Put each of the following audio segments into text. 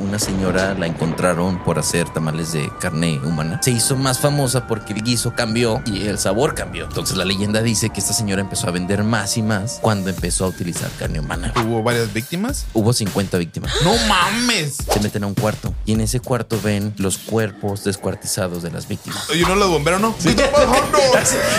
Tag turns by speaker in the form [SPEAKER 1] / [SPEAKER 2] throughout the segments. [SPEAKER 1] una señora la encontraron por hacer tamales de carne humana. Se hizo más famosa porque el guiso cambió y el sabor cambió. Entonces la leyenda dice que esta señora empezó a vender más y más cuando empezó a utilizar carne humana.
[SPEAKER 2] ¿Hubo varias víctimas?
[SPEAKER 1] Hubo 50 víctimas.
[SPEAKER 2] ¡No mames!
[SPEAKER 1] Se meten a un cuarto y en ese cuarto ven los cuerpos descuartizados de las víctimas.
[SPEAKER 2] Oye, ¿no los bomberos no? ¿Qué está pasando?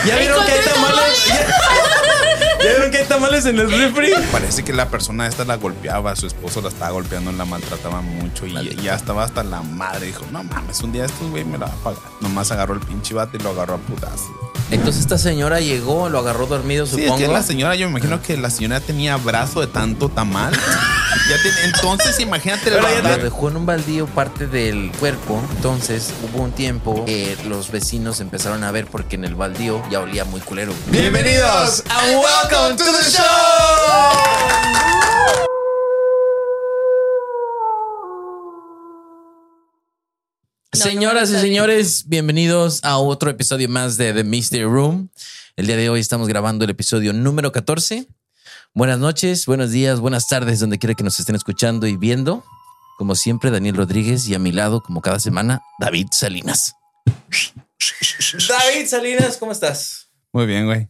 [SPEAKER 1] ¿Ya vieron que hay tamales? ¿Ya, ya vieron que hay tamales en el refri?
[SPEAKER 2] Parece que la persona esta la golpeaba, su esposo la estaba golpeando, la maltrataba mucho y y ya estaba hasta la madre. Dijo, no mames, un día estos güey me la va a pagar. Nomás agarró el pinche vato y lo agarró a putazo.
[SPEAKER 1] Entonces esta señora llegó, lo agarró dormido,
[SPEAKER 2] Sí, es
[SPEAKER 1] supongo.
[SPEAKER 2] que la señora, yo me imagino que la señora tenía brazo de tanto tamal. ya tiene- entonces imagínate la
[SPEAKER 1] Lo
[SPEAKER 2] verdad.
[SPEAKER 1] dejó en un baldío parte del cuerpo. Entonces hubo un tiempo que los vecinos empezaron a ver porque en el baldío ya olía muy culero.
[SPEAKER 2] Bienvenidos and welcome to the show.
[SPEAKER 3] No,
[SPEAKER 1] Señoras
[SPEAKER 3] no,
[SPEAKER 1] y
[SPEAKER 3] no.
[SPEAKER 1] señores, bienvenidos a otro episodio más de The Mystery Room. El día de hoy estamos grabando el episodio número 14. Buenas noches, buenos días, buenas tardes, donde quiera que nos estén escuchando y viendo. Como siempre, Daniel Rodríguez y a mi lado, como cada semana, David Salinas. David Salinas, ¿cómo estás?
[SPEAKER 2] Muy bien, güey.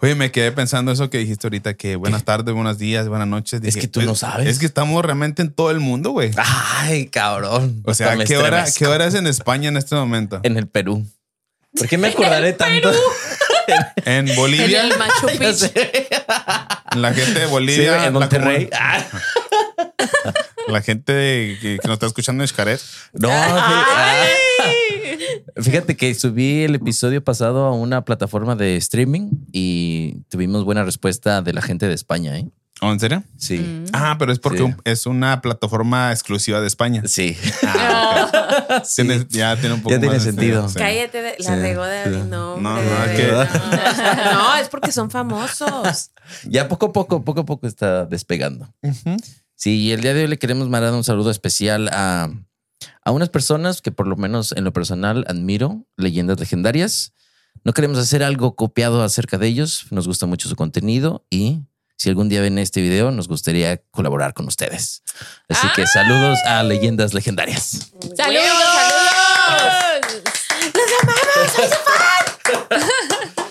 [SPEAKER 2] Oye, me quedé pensando eso que dijiste ahorita, que buenas tardes, buenos días, buenas noches. pues,
[SPEAKER 1] Es que tú no sabes.
[SPEAKER 2] Es que estamos realmente en todo el mundo, güey.
[SPEAKER 1] Ay, cabrón.
[SPEAKER 2] O sea,
[SPEAKER 1] Hasta me
[SPEAKER 2] ¿qué hora,
[SPEAKER 1] estremezco.
[SPEAKER 2] ¿qué hora es en España en este momento?
[SPEAKER 1] En el Perú. ¿Por qué me acordaré tanto?
[SPEAKER 2] En
[SPEAKER 3] En
[SPEAKER 2] Bolivia,
[SPEAKER 3] el Machu
[SPEAKER 1] Ya
[SPEAKER 3] Picchu.
[SPEAKER 1] sé.
[SPEAKER 2] la gente de
[SPEAKER 1] Sí,
[SPEAKER 2] Bolivia,
[SPEAKER 1] en
[SPEAKER 2] la
[SPEAKER 1] Monterrey.
[SPEAKER 2] comu-
[SPEAKER 1] Ah.
[SPEAKER 2] La, gente que, que nos está escuchando en Xcaret.
[SPEAKER 1] No, fí- ah. fíjate que subí el episodio pasado a una plataforma de streaming y tuvimos buena respuesta de la gente de España, ¿eh?
[SPEAKER 2] ¿Oh, en serio?
[SPEAKER 1] Sí.
[SPEAKER 2] Ah, pero es porque
[SPEAKER 1] Sí.
[SPEAKER 2] un- es una plataforma exclusiva de España.
[SPEAKER 1] Sí.
[SPEAKER 2] Ah, ok.
[SPEAKER 1] Sí.
[SPEAKER 2] Tiene- ya tiene un poco
[SPEAKER 1] Ya tiene
[SPEAKER 2] más de
[SPEAKER 1] sentido.
[SPEAKER 2] sí.
[SPEAKER 3] Cállate, de- la
[SPEAKER 1] Sí.
[SPEAKER 3] regó de
[SPEAKER 1] Sí.
[SPEAKER 3] no.
[SPEAKER 2] No,
[SPEAKER 3] hombre,
[SPEAKER 2] no,
[SPEAKER 3] de
[SPEAKER 2] es que-
[SPEAKER 3] verdad. No, es porque son famosos.
[SPEAKER 1] Ya poco a poco, poco a poco está despegando.
[SPEAKER 2] Ujú.
[SPEAKER 1] Sí, y el día de hoy le queremos mandar un saludo especial a, a unas personas que por lo menos en lo personal admiro, leyendas legendarias. No queremos hacer algo copiado acerca de ellos, nos gusta mucho su contenido y si algún día ven este video nos gustaría colaborar con ustedes. Así que saludos a leyendas legendarias.
[SPEAKER 3] ¡Saludos, saludos!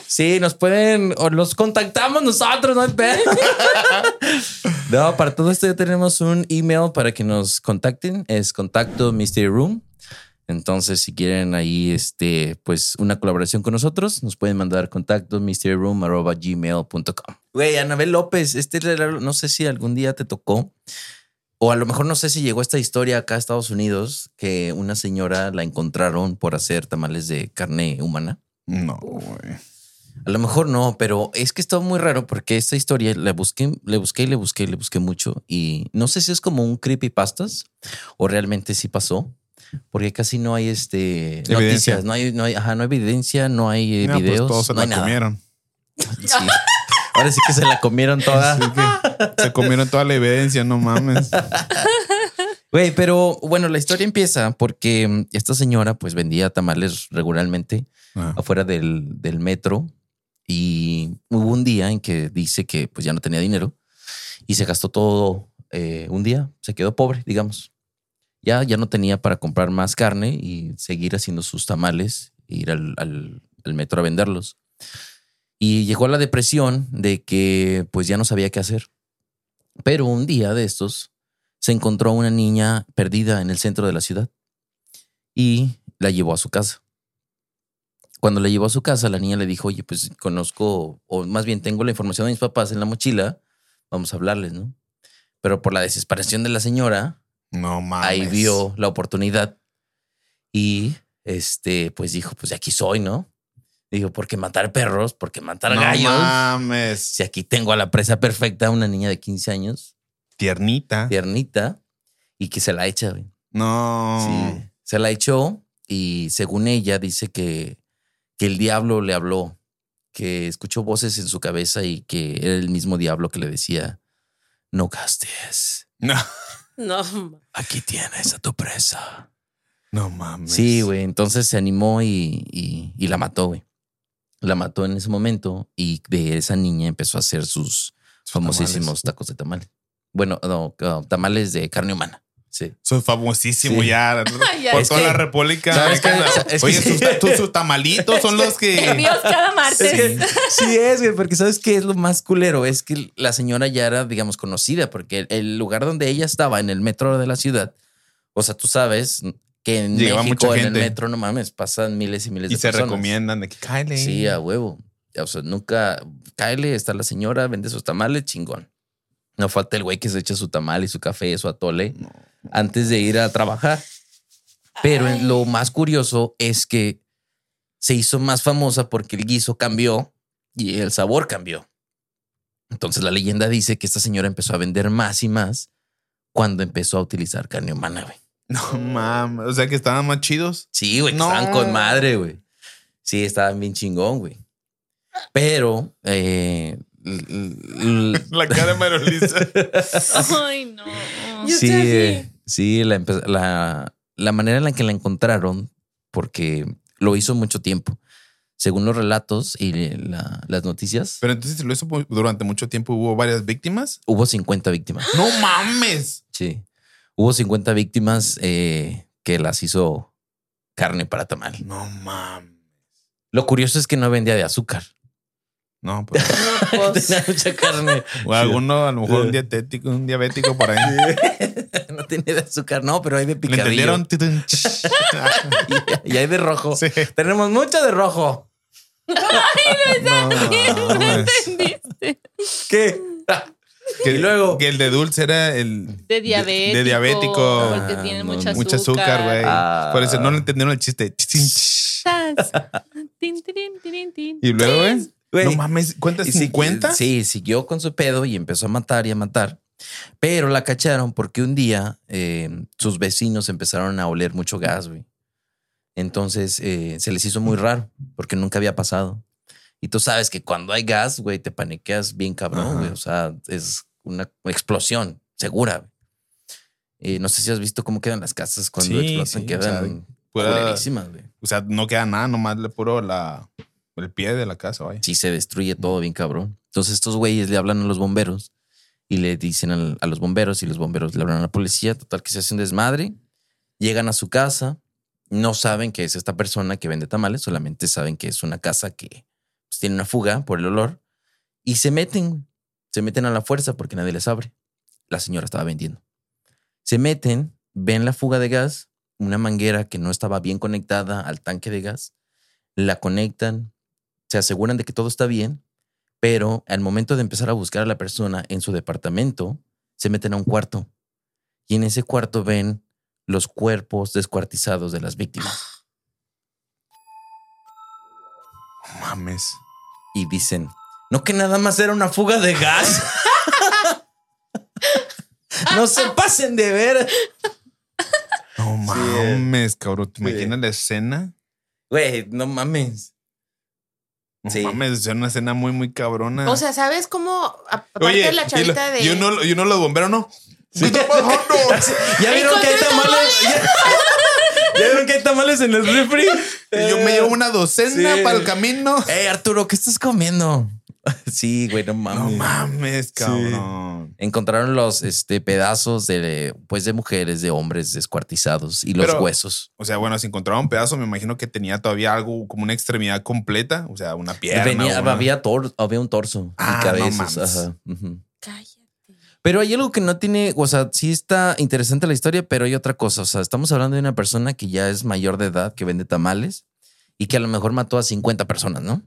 [SPEAKER 1] Sí, nos pueden o los contactamos nosotros, no hay pedo. No, para todo esto ya tenemos un email para que nos contacten. Es contacto Mystery Room. Entonces, si quieren ahí, este, pues una colaboración con nosotros, nos pueden mandar contacto mysteryroom.gmail.com. Güey, Anabel López, este regalo, no sé si algún día te tocó, o a lo mejor no sé si llegó esta historia acá a Estados Unidos, que una señora la encontraron por hacer tamales de carne humana.
[SPEAKER 2] No, güey.
[SPEAKER 1] A lo mejor no, pero es que está muy raro porque esta historia la busqué, le busqué y le busqué y le busqué mucho y no sé si es como un creepypastas o realmente sí pasó, porque casi no hay este
[SPEAKER 2] Evidencia.
[SPEAKER 1] noticias, no hay no hay, ajá, no hay evidencia, no hay eh,
[SPEAKER 2] No, pues
[SPEAKER 1] videos,
[SPEAKER 2] todos se
[SPEAKER 1] no
[SPEAKER 2] la
[SPEAKER 1] hay nada.
[SPEAKER 2] comieron.
[SPEAKER 1] Sí. Ahora sí que se la comieron toda.
[SPEAKER 2] Así que se comieron toda la evidencia, no mames.
[SPEAKER 1] Güey, pero bueno, la historia empieza porque mm, esta señora pues vendía tamales regularmente
[SPEAKER 2] Ah.
[SPEAKER 1] afuera del, del metro y hubo un día en que dice que pues ya no tenía dinero y se gastó todo eh, un día, se quedó pobre, digamos. Ya, ya no tenía para comprar más carne y seguir haciendo sus tamales, e ir al, al- al metro a venderlos. Y llegó a la depresión de que pues ya no sabía qué hacer. Pero un día de estos se encontró a una niña perdida en el centro de la ciudad y la llevó a su casa cuando la llevó a su casa, la niña le dijo, oye, pues conozco, o más bien tengo la información de mis papás en la mochila, vamos a hablarles, ¿no? Pero por la desesperación de la señora,
[SPEAKER 2] No mames.
[SPEAKER 1] ahí vio la oportunidad y, este, pues dijo, pues de aquí soy, ¿no? Dijo, ¿por qué matar perros? ¿Por qué matar
[SPEAKER 2] No
[SPEAKER 1] gallos?
[SPEAKER 2] mames.
[SPEAKER 1] Si aquí tengo a la presa perfecta, una niña de 15 años,
[SPEAKER 2] Tiernita.
[SPEAKER 1] tiernita, y que se la echa, güey.
[SPEAKER 2] No.
[SPEAKER 1] Sí. Se la echó y según ella dice que, que el diablo le habló, que escuchó voces en su cabeza y que era el mismo diablo que le decía, no gastes,
[SPEAKER 2] No,
[SPEAKER 3] No,
[SPEAKER 1] aquí tienes a tu presa.
[SPEAKER 2] no mames.
[SPEAKER 1] Sí, güey, entonces se animó y, y- y la mató, güey. La mató en ese momento y de esa niña empezó a hacer sus
[SPEAKER 2] Sus
[SPEAKER 1] famosísimos tacos de tamales. Bueno, no, no, tamales de carne humana. Sí.
[SPEAKER 2] Soy famosísimo
[SPEAKER 1] Sí.
[SPEAKER 2] ya
[SPEAKER 4] Ya,
[SPEAKER 2] por
[SPEAKER 1] es
[SPEAKER 2] toda
[SPEAKER 1] que-
[SPEAKER 2] la República.
[SPEAKER 1] ¿Sabes qué?
[SPEAKER 2] Mexicana.
[SPEAKER 1] Es que-
[SPEAKER 2] Oye, sus, tus- sus tamalitos son los que.
[SPEAKER 4] Envíos cada martes.
[SPEAKER 1] Es que, sí es, güey, porque ¿sabes qué es lo más culero? Es que la señora ya era, digamos, conocida, porque el, el lugar donde ella estaba, en el metro de la ciudad, o sea, tú sabes que en
[SPEAKER 2] Llegaba
[SPEAKER 1] México,
[SPEAKER 2] mucha
[SPEAKER 1] en el
[SPEAKER 2] gente.
[SPEAKER 1] metro, no mames, pasan miles y miles
[SPEAKER 2] Y
[SPEAKER 1] de
[SPEAKER 2] se
[SPEAKER 1] personas.
[SPEAKER 2] recomiendan de que cáele.
[SPEAKER 1] Sí, a huevo. O sea, nunca, cáele, está la señora, vende sus tamales, chingón. No falta el güey que se echa su tamal y su café, su atole,
[SPEAKER 2] No.
[SPEAKER 1] antes de ir a trabajar. Pero
[SPEAKER 4] Ay.
[SPEAKER 1] lo más curioso es que se hizo más famosa porque el guiso cambió y el sabor cambió. Entonces la leyenda dice que esta señora empezó a vender más y más cuando empezó a utilizar carne humana, güey.
[SPEAKER 2] No mames. O sea que estaban más chidos.
[SPEAKER 1] Sí, güey, que
[SPEAKER 2] No.
[SPEAKER 1] estaban con madre, güey. Sí, estaban bien chingón, güey. Pero, eh, l- l- l-
[SPEAKER 2] La cara de Marolisa.
[SPEAKER 4] Ay, no.
[SPEAKER 3] Yo
[SPEAKER 1] sí,
[SPEAKER 3] sabía.
[SPEAKER 1] eh, sí, la, empe- la, la manera en la que la encontraron, porque lo hizo mucho tiempo. Según los relatos y la- las noticias,
[SPEAKER 2] Pero entonces lo hizo por- durante mucho tiempo. Hubo varias víctimas.
[SPEAKER 1] hubo 50 víctimas.
[SPEAKER 2] No mames.
[SPEAKER 1] Sí. Hubo 50 víctimas eh, que las hizo carne para tamal.
[SPEAKER 2] No mames.
[SPEAKER 1] Lo curioso es que no vendía de azúcar.
[SPEAKER 2] No, pues.
[SPEAKER 3] No, pues,
[SPEAKER 1] Tenía mucha carne.
[SPEAKER 2] O alguno, a lo mejor
[SPEAKER 1] Eh.
[SPEAKER 2] un dietético, un diabético por ahí.
[SPEAKER 1] no tenía de azúcar, no, pero hay de
[SPEAKER 2] ¿Le
[SPEAKER 1] picadillo.
[SPEAKER 2] entendieron? Tidun, ch.
[SPEAKER 1] Y, y hay de rojo.
[SPEAKER 2] Sí.
[SPEAKER 1] Tenemos mucho de rojo.
[SPEAKER 2] No, mames.
[SPEAKER 4] entendiste?
[SPEAKER 1] ¿Qué?
[SPEAKER 2] Que,
[SPEAKER 1] Y luego-
[SPEAKER 2] que el de dulce era el
[SPEAKER 4] De diabético.
[SPEAKER 2] de diabético.
[SPEAKER 4] Porque
[SPEAKER 1] Ah,
[SPEAKER 4] tiene
[SPEAKER 1] no,
[SPEAKER 4] mucha azúcar.
[SPEAKER 2] mucho azúcar, güey.
[SPEAKER 1] Ah.
[SPEAKER 2] Por eso no le entendieron el chiste.
[SPEAKER 4] Sas. Tin, tirin, tirin, tin.
[SPEAKER 2] Y luego, güey.
[SPEAKER 1] Güey.
[SPEAKER 2] No mames, ¿cuentas
[SPEAKER 1] Y sí-
[SPEAKER 2] 50?
[SPEAKER 1] Sí, siguió con su pedo y empezó a matar y a matar. Pero la cacharon porque un día eh, sus vecinos empezaron a oler mucho gas, güey. Entonces eh, se les hizo muy raro porque nunca había pasado. Y tú sabes que cuando hay gas, güey, te paniqueas bien cabrón,
[SPEAKER 2] Ajá.
[SPEAKER 1] güey. O sea, es una explosión segura. güey. Eh, no sé si has visto cómo quedan las casas cuando
[SPEAKER 2] Sí,
[SPEAKER 1] explotan,
[SPEAKER 2] sí, o sea,
[SPEAKER 1] quedan
[SPEAKER 2] Pura-
[SPEAKER 1] culerísimas, güey.
[SPEAKER 2] o sea, no queda nada, nomás le puro la, el pie de la casa, vaya.
[SPEAKER 1] sí se destruye todo bien cabrón. Entonces estos güeyes le hablan a los bomberos y le dicen al- a los bomberos y los bomberos le hablan a la policía, total que se hace un desmadre, llegan a su casa, no saben que es esta persona que vende tamales, solamente saben que es una casa que pues, tiene una fuga por el olor y se meten, se meten a la fuerza porque nadie les abre. La señora estaba vendiendo. Se meten, ven la fuga de gas, una manguera que no estaba bien conectada al tanque de gas, la conectan, se aseguran de que todo está bien, pero al momento de empezar a buscar a la persona en su departamento, se meten a un cuarto y en ese cuarto ven los cuerpos descuartizados de las víctimas
[SPEAKER 2] No mames.
[SPEAKER 1] y dicen, no que nada más era una fuga de gas. no se pasen de ver.
[SPEAKER 2] No
[SPEAKER 1] eh.
[SPEAKER 2] mames, cabrón. ¿Te imaginas la escena?
[SPEAKER 1] Güey, no mames.
[SPEAKER 2] No
[SPEAKER 1] Sí.
[SPEAKER 2] mames, es una escena muy, muy cabrona.
[SPEAKER 3] o sea, ¿sabes cómo? A- Aparte
[SPEAKER 2] Ah. Oye,
[SPEAKER 3] de la chavita de.
[SPEAKER 2] y, uno, y uno los bomberos, ¿no? ¿Qué está pasando?
[SPEAKER 1] ¿Ya vieron que hay
[SPEAKER 4] Encontré
[SPEAKER 1] tamales? ¿Ya, ya vieron que hay tamales en el refri?
[SPEAKER 2] Y Yo me llevo una docena
[SPEAKER 1] Sí.
[SPEAKER 2] para el camino.
[SPEAKER 1] Ey, Arturo, ¿qué estás comiendo? sí, güey, no
[SPEAKER 2] No
[SPEAKER 1] mames.
[SPEAKER 2] mames, cabrón.
[SPEAKER 1] Encontraron los este, pedazos de, pues, de mujeres, de hombres descuartizados y los
[SPEAKER 2] Pero-
[SPEAKER 1] huesos.
[SPEAKER 2] O sea, bueno, si encontraba un pedazo, me imagino que tenía todavía algo como una extremidad completa, o sea, una pierna.
[SPEAKER 1] Venía-
[SPEAKER 2] una-
[SPEAKER 1] había, tor- había un torso
[SPEAKER 2] Ah,
[SPEAKER 1] y
[SPEAKER 2] no
[SPEAKER 1] cabezas.
[SPEAKER 2] mames.
[SPEAKER 1] ajá, ujú.
[SPEAKER 3] Cállate.
[SPEAKER 1] Pero hay algo que no tiene, o sea, sí está interesante la historia, pero hay otra cosa. O sea, estamos hablando de una persona que ya es mayor de edad, que vende tamales y que a lo mejor mató a 50 personas, ¿no?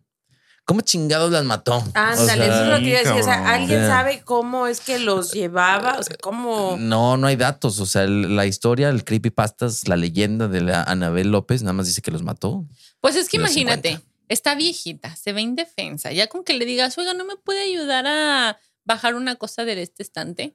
[SPEAKER 1] ¿Cómo chingados las mató?
[SPEAKER 3] Ándale,
[SPEAKER 1] O sea,
[SPEAKER 3] eso es lo que iba a decir. O sea,
[SPEAKER 2] cabrón.
[SPEAKER 3] ¿alguien
[SPEAKER 1] Ya.
[SPEAKER 3] sabe cómo es que los llevaba? O sea, ¿cómo?
[SPEAKER 1] No, no hay datos. O sea, el- la historia, el creepypastas, la leyenda de la Anabel López, nada más dice que los mató.
[SPEAKER 4] Pues es que
[SPEAKER 1] Los
[SPEAKER 4] imagínate,
[SPEAKER 1] 50.
[SPEAKER 4] está viejita, se ve indefensa. Ya con que le digas, oiga, ¿no me puede ayudar a bajar una cosa de este estante?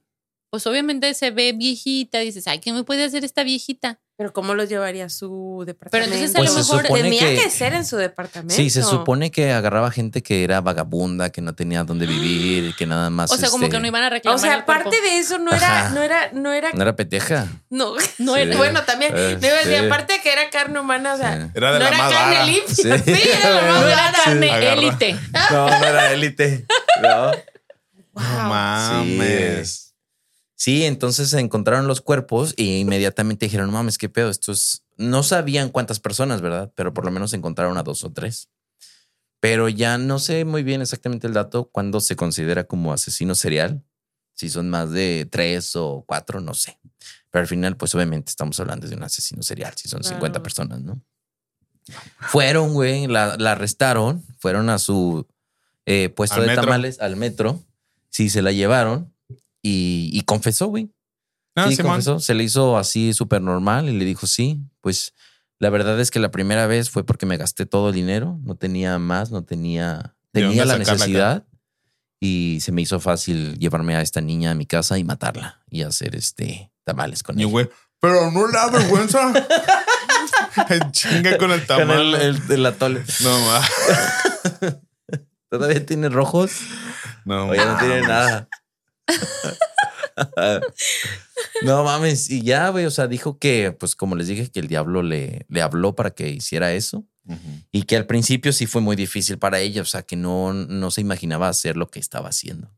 [SPEAKER 4] Pues obviamente se ve viejita, dices, ay, ¿qué me puede hacer esta viejita?
[SPEAKER 3] Pero ¿cómo los llevaría a su departamento?
[SPEAKER 4] entonces, a Pues lo se mejor
[SPEAKER 1] supone
[SPEAKER 3] tenía
[SPEAKER 1] que-
[SPEAKER 3] que... ser en su departamento.
[SPEAKER 1] Sí, se supone que agarraba gente que era vagabunda, que no tenía dónde vivir, que nada más.
[SPEAKER 4] O sea, como
[SPEAKER 1] este,
[SPEAKER 4] que no iban a reclamar.
[SPEAKER 3] O sea,
[SPEAKER 4] el cuerpo.
[SPEAKER 3] aparte de eso, no era,
[SPEAKER 1] Ajá.
[SPEAKER 3] no era, no era,
[SPEAKER 1] no era peteja.
[SPEAKER 3] no,
[SPEAKER 4] No
[SPEAKER 1] Sí.
[SPEAKER 4] era.
[SPEAKER 3] Bueno, también,
[SPEAKER 1] Eh,
[SPEAKER 3] le iba a decir,
[SPEAKER 1] sí.
[SPEAKER 3] aparte que era carne humana, o sea,
[SPEAKER 1] Sí.
[SPEAKER 2] Era de
[SPEAKER 3] no
[SPEAKER 2] la
[SPEAKER 3] era
[SPEAKER 2] más
[SPEAKER 3] carne
[SPEAKER 2] vara.
[SPEAKER 3] limpia,
[SPEAKER 1] Sí.
[SPEAKER 3] sí, era la más
[SPEAKER 4] No era
[SPEAKER 3] vara.
[SPEAKER 4] carne
[SPEAKER 2] Agarra.
[SPEAKER 4] élite.
[SPEAKER 1] No, no era élite.
[SPEAKER 2] No
[SPEAKER 3] Wow.
[SPEAKER 2] mames.
[SPEAKER 1] Sí, entonces se encontraron los cuerpos y inmediatamente dijeron, "No mames, qué pedo, estos no sabían cuántas personas, ¿verdad? Pero por lo menos encontraron a dos o tres. Pero ya no sé muy bien exactamente el dato cuando se considera como asesino serial, si son más de tres o cuatro, no sé. Pero al final, pues obviamente estamos hablando de un asesino serial, si son 50
[SPEAKER 3] Claro.
[SPEAKER 1] personas, ¿no? Fueron, güey, la, la arrestaron, fueron a su eh, puesto
[SPEAKER 2] Al
[SPEAKER 1] de
[SPEAKER 2] metro.
[SPEAKER 1] tamales, al metro, sí, se la llevaron y, y confesó, güey.
[SPEAKER 2] No,
[SPEAKER 1] sí,
[SPEAKER 2] Simón.
[SPEAKER 1] confesó. Se le hizo así súper normal y le dijo, sí, pues la verdad es que la primera vez fue porque me gasté todo el dinero, no tenía más, no tenía,
[SPEAKER 2] ¿De dónde
[SPEAKER 1] tenía la
[SPEAKER 2] sacarla acá?
[SPEAKER 1] necesidad y se me hizo fácil llevarme a esta niña a mi casa y matarla y hacer este tamales con
[SPEAKER 2] Y
[SPEAKER 1] ella.
[SPEAKER 2] güey, pero no le da vergüenza. En Chinga con el
[SPEAKER 1] Con el,
[SPEAKER 2] tamal.
[SPEAKER 1] el- el atole.
[SPEAKER 2] No, ma.
[SPEAKER 1] ¿Todavía tiene rojos?
[SPEAKER 2] No,
[SPEAKER 1] O ya no
[SPEAKER 2] ma.
[SPEAKER 1] tiene nada. no mames. Y ya, güey, o sea, dijo que, pues como les dije, que el diablo le, le habló para que hiciera eso.
[SPEAKER 2] Ujú.
[SPEAKER 1] Y que al principio sí fue muy difícil para ella, o sea, que no, no se imaginaba hacer lo que estaba haciendo.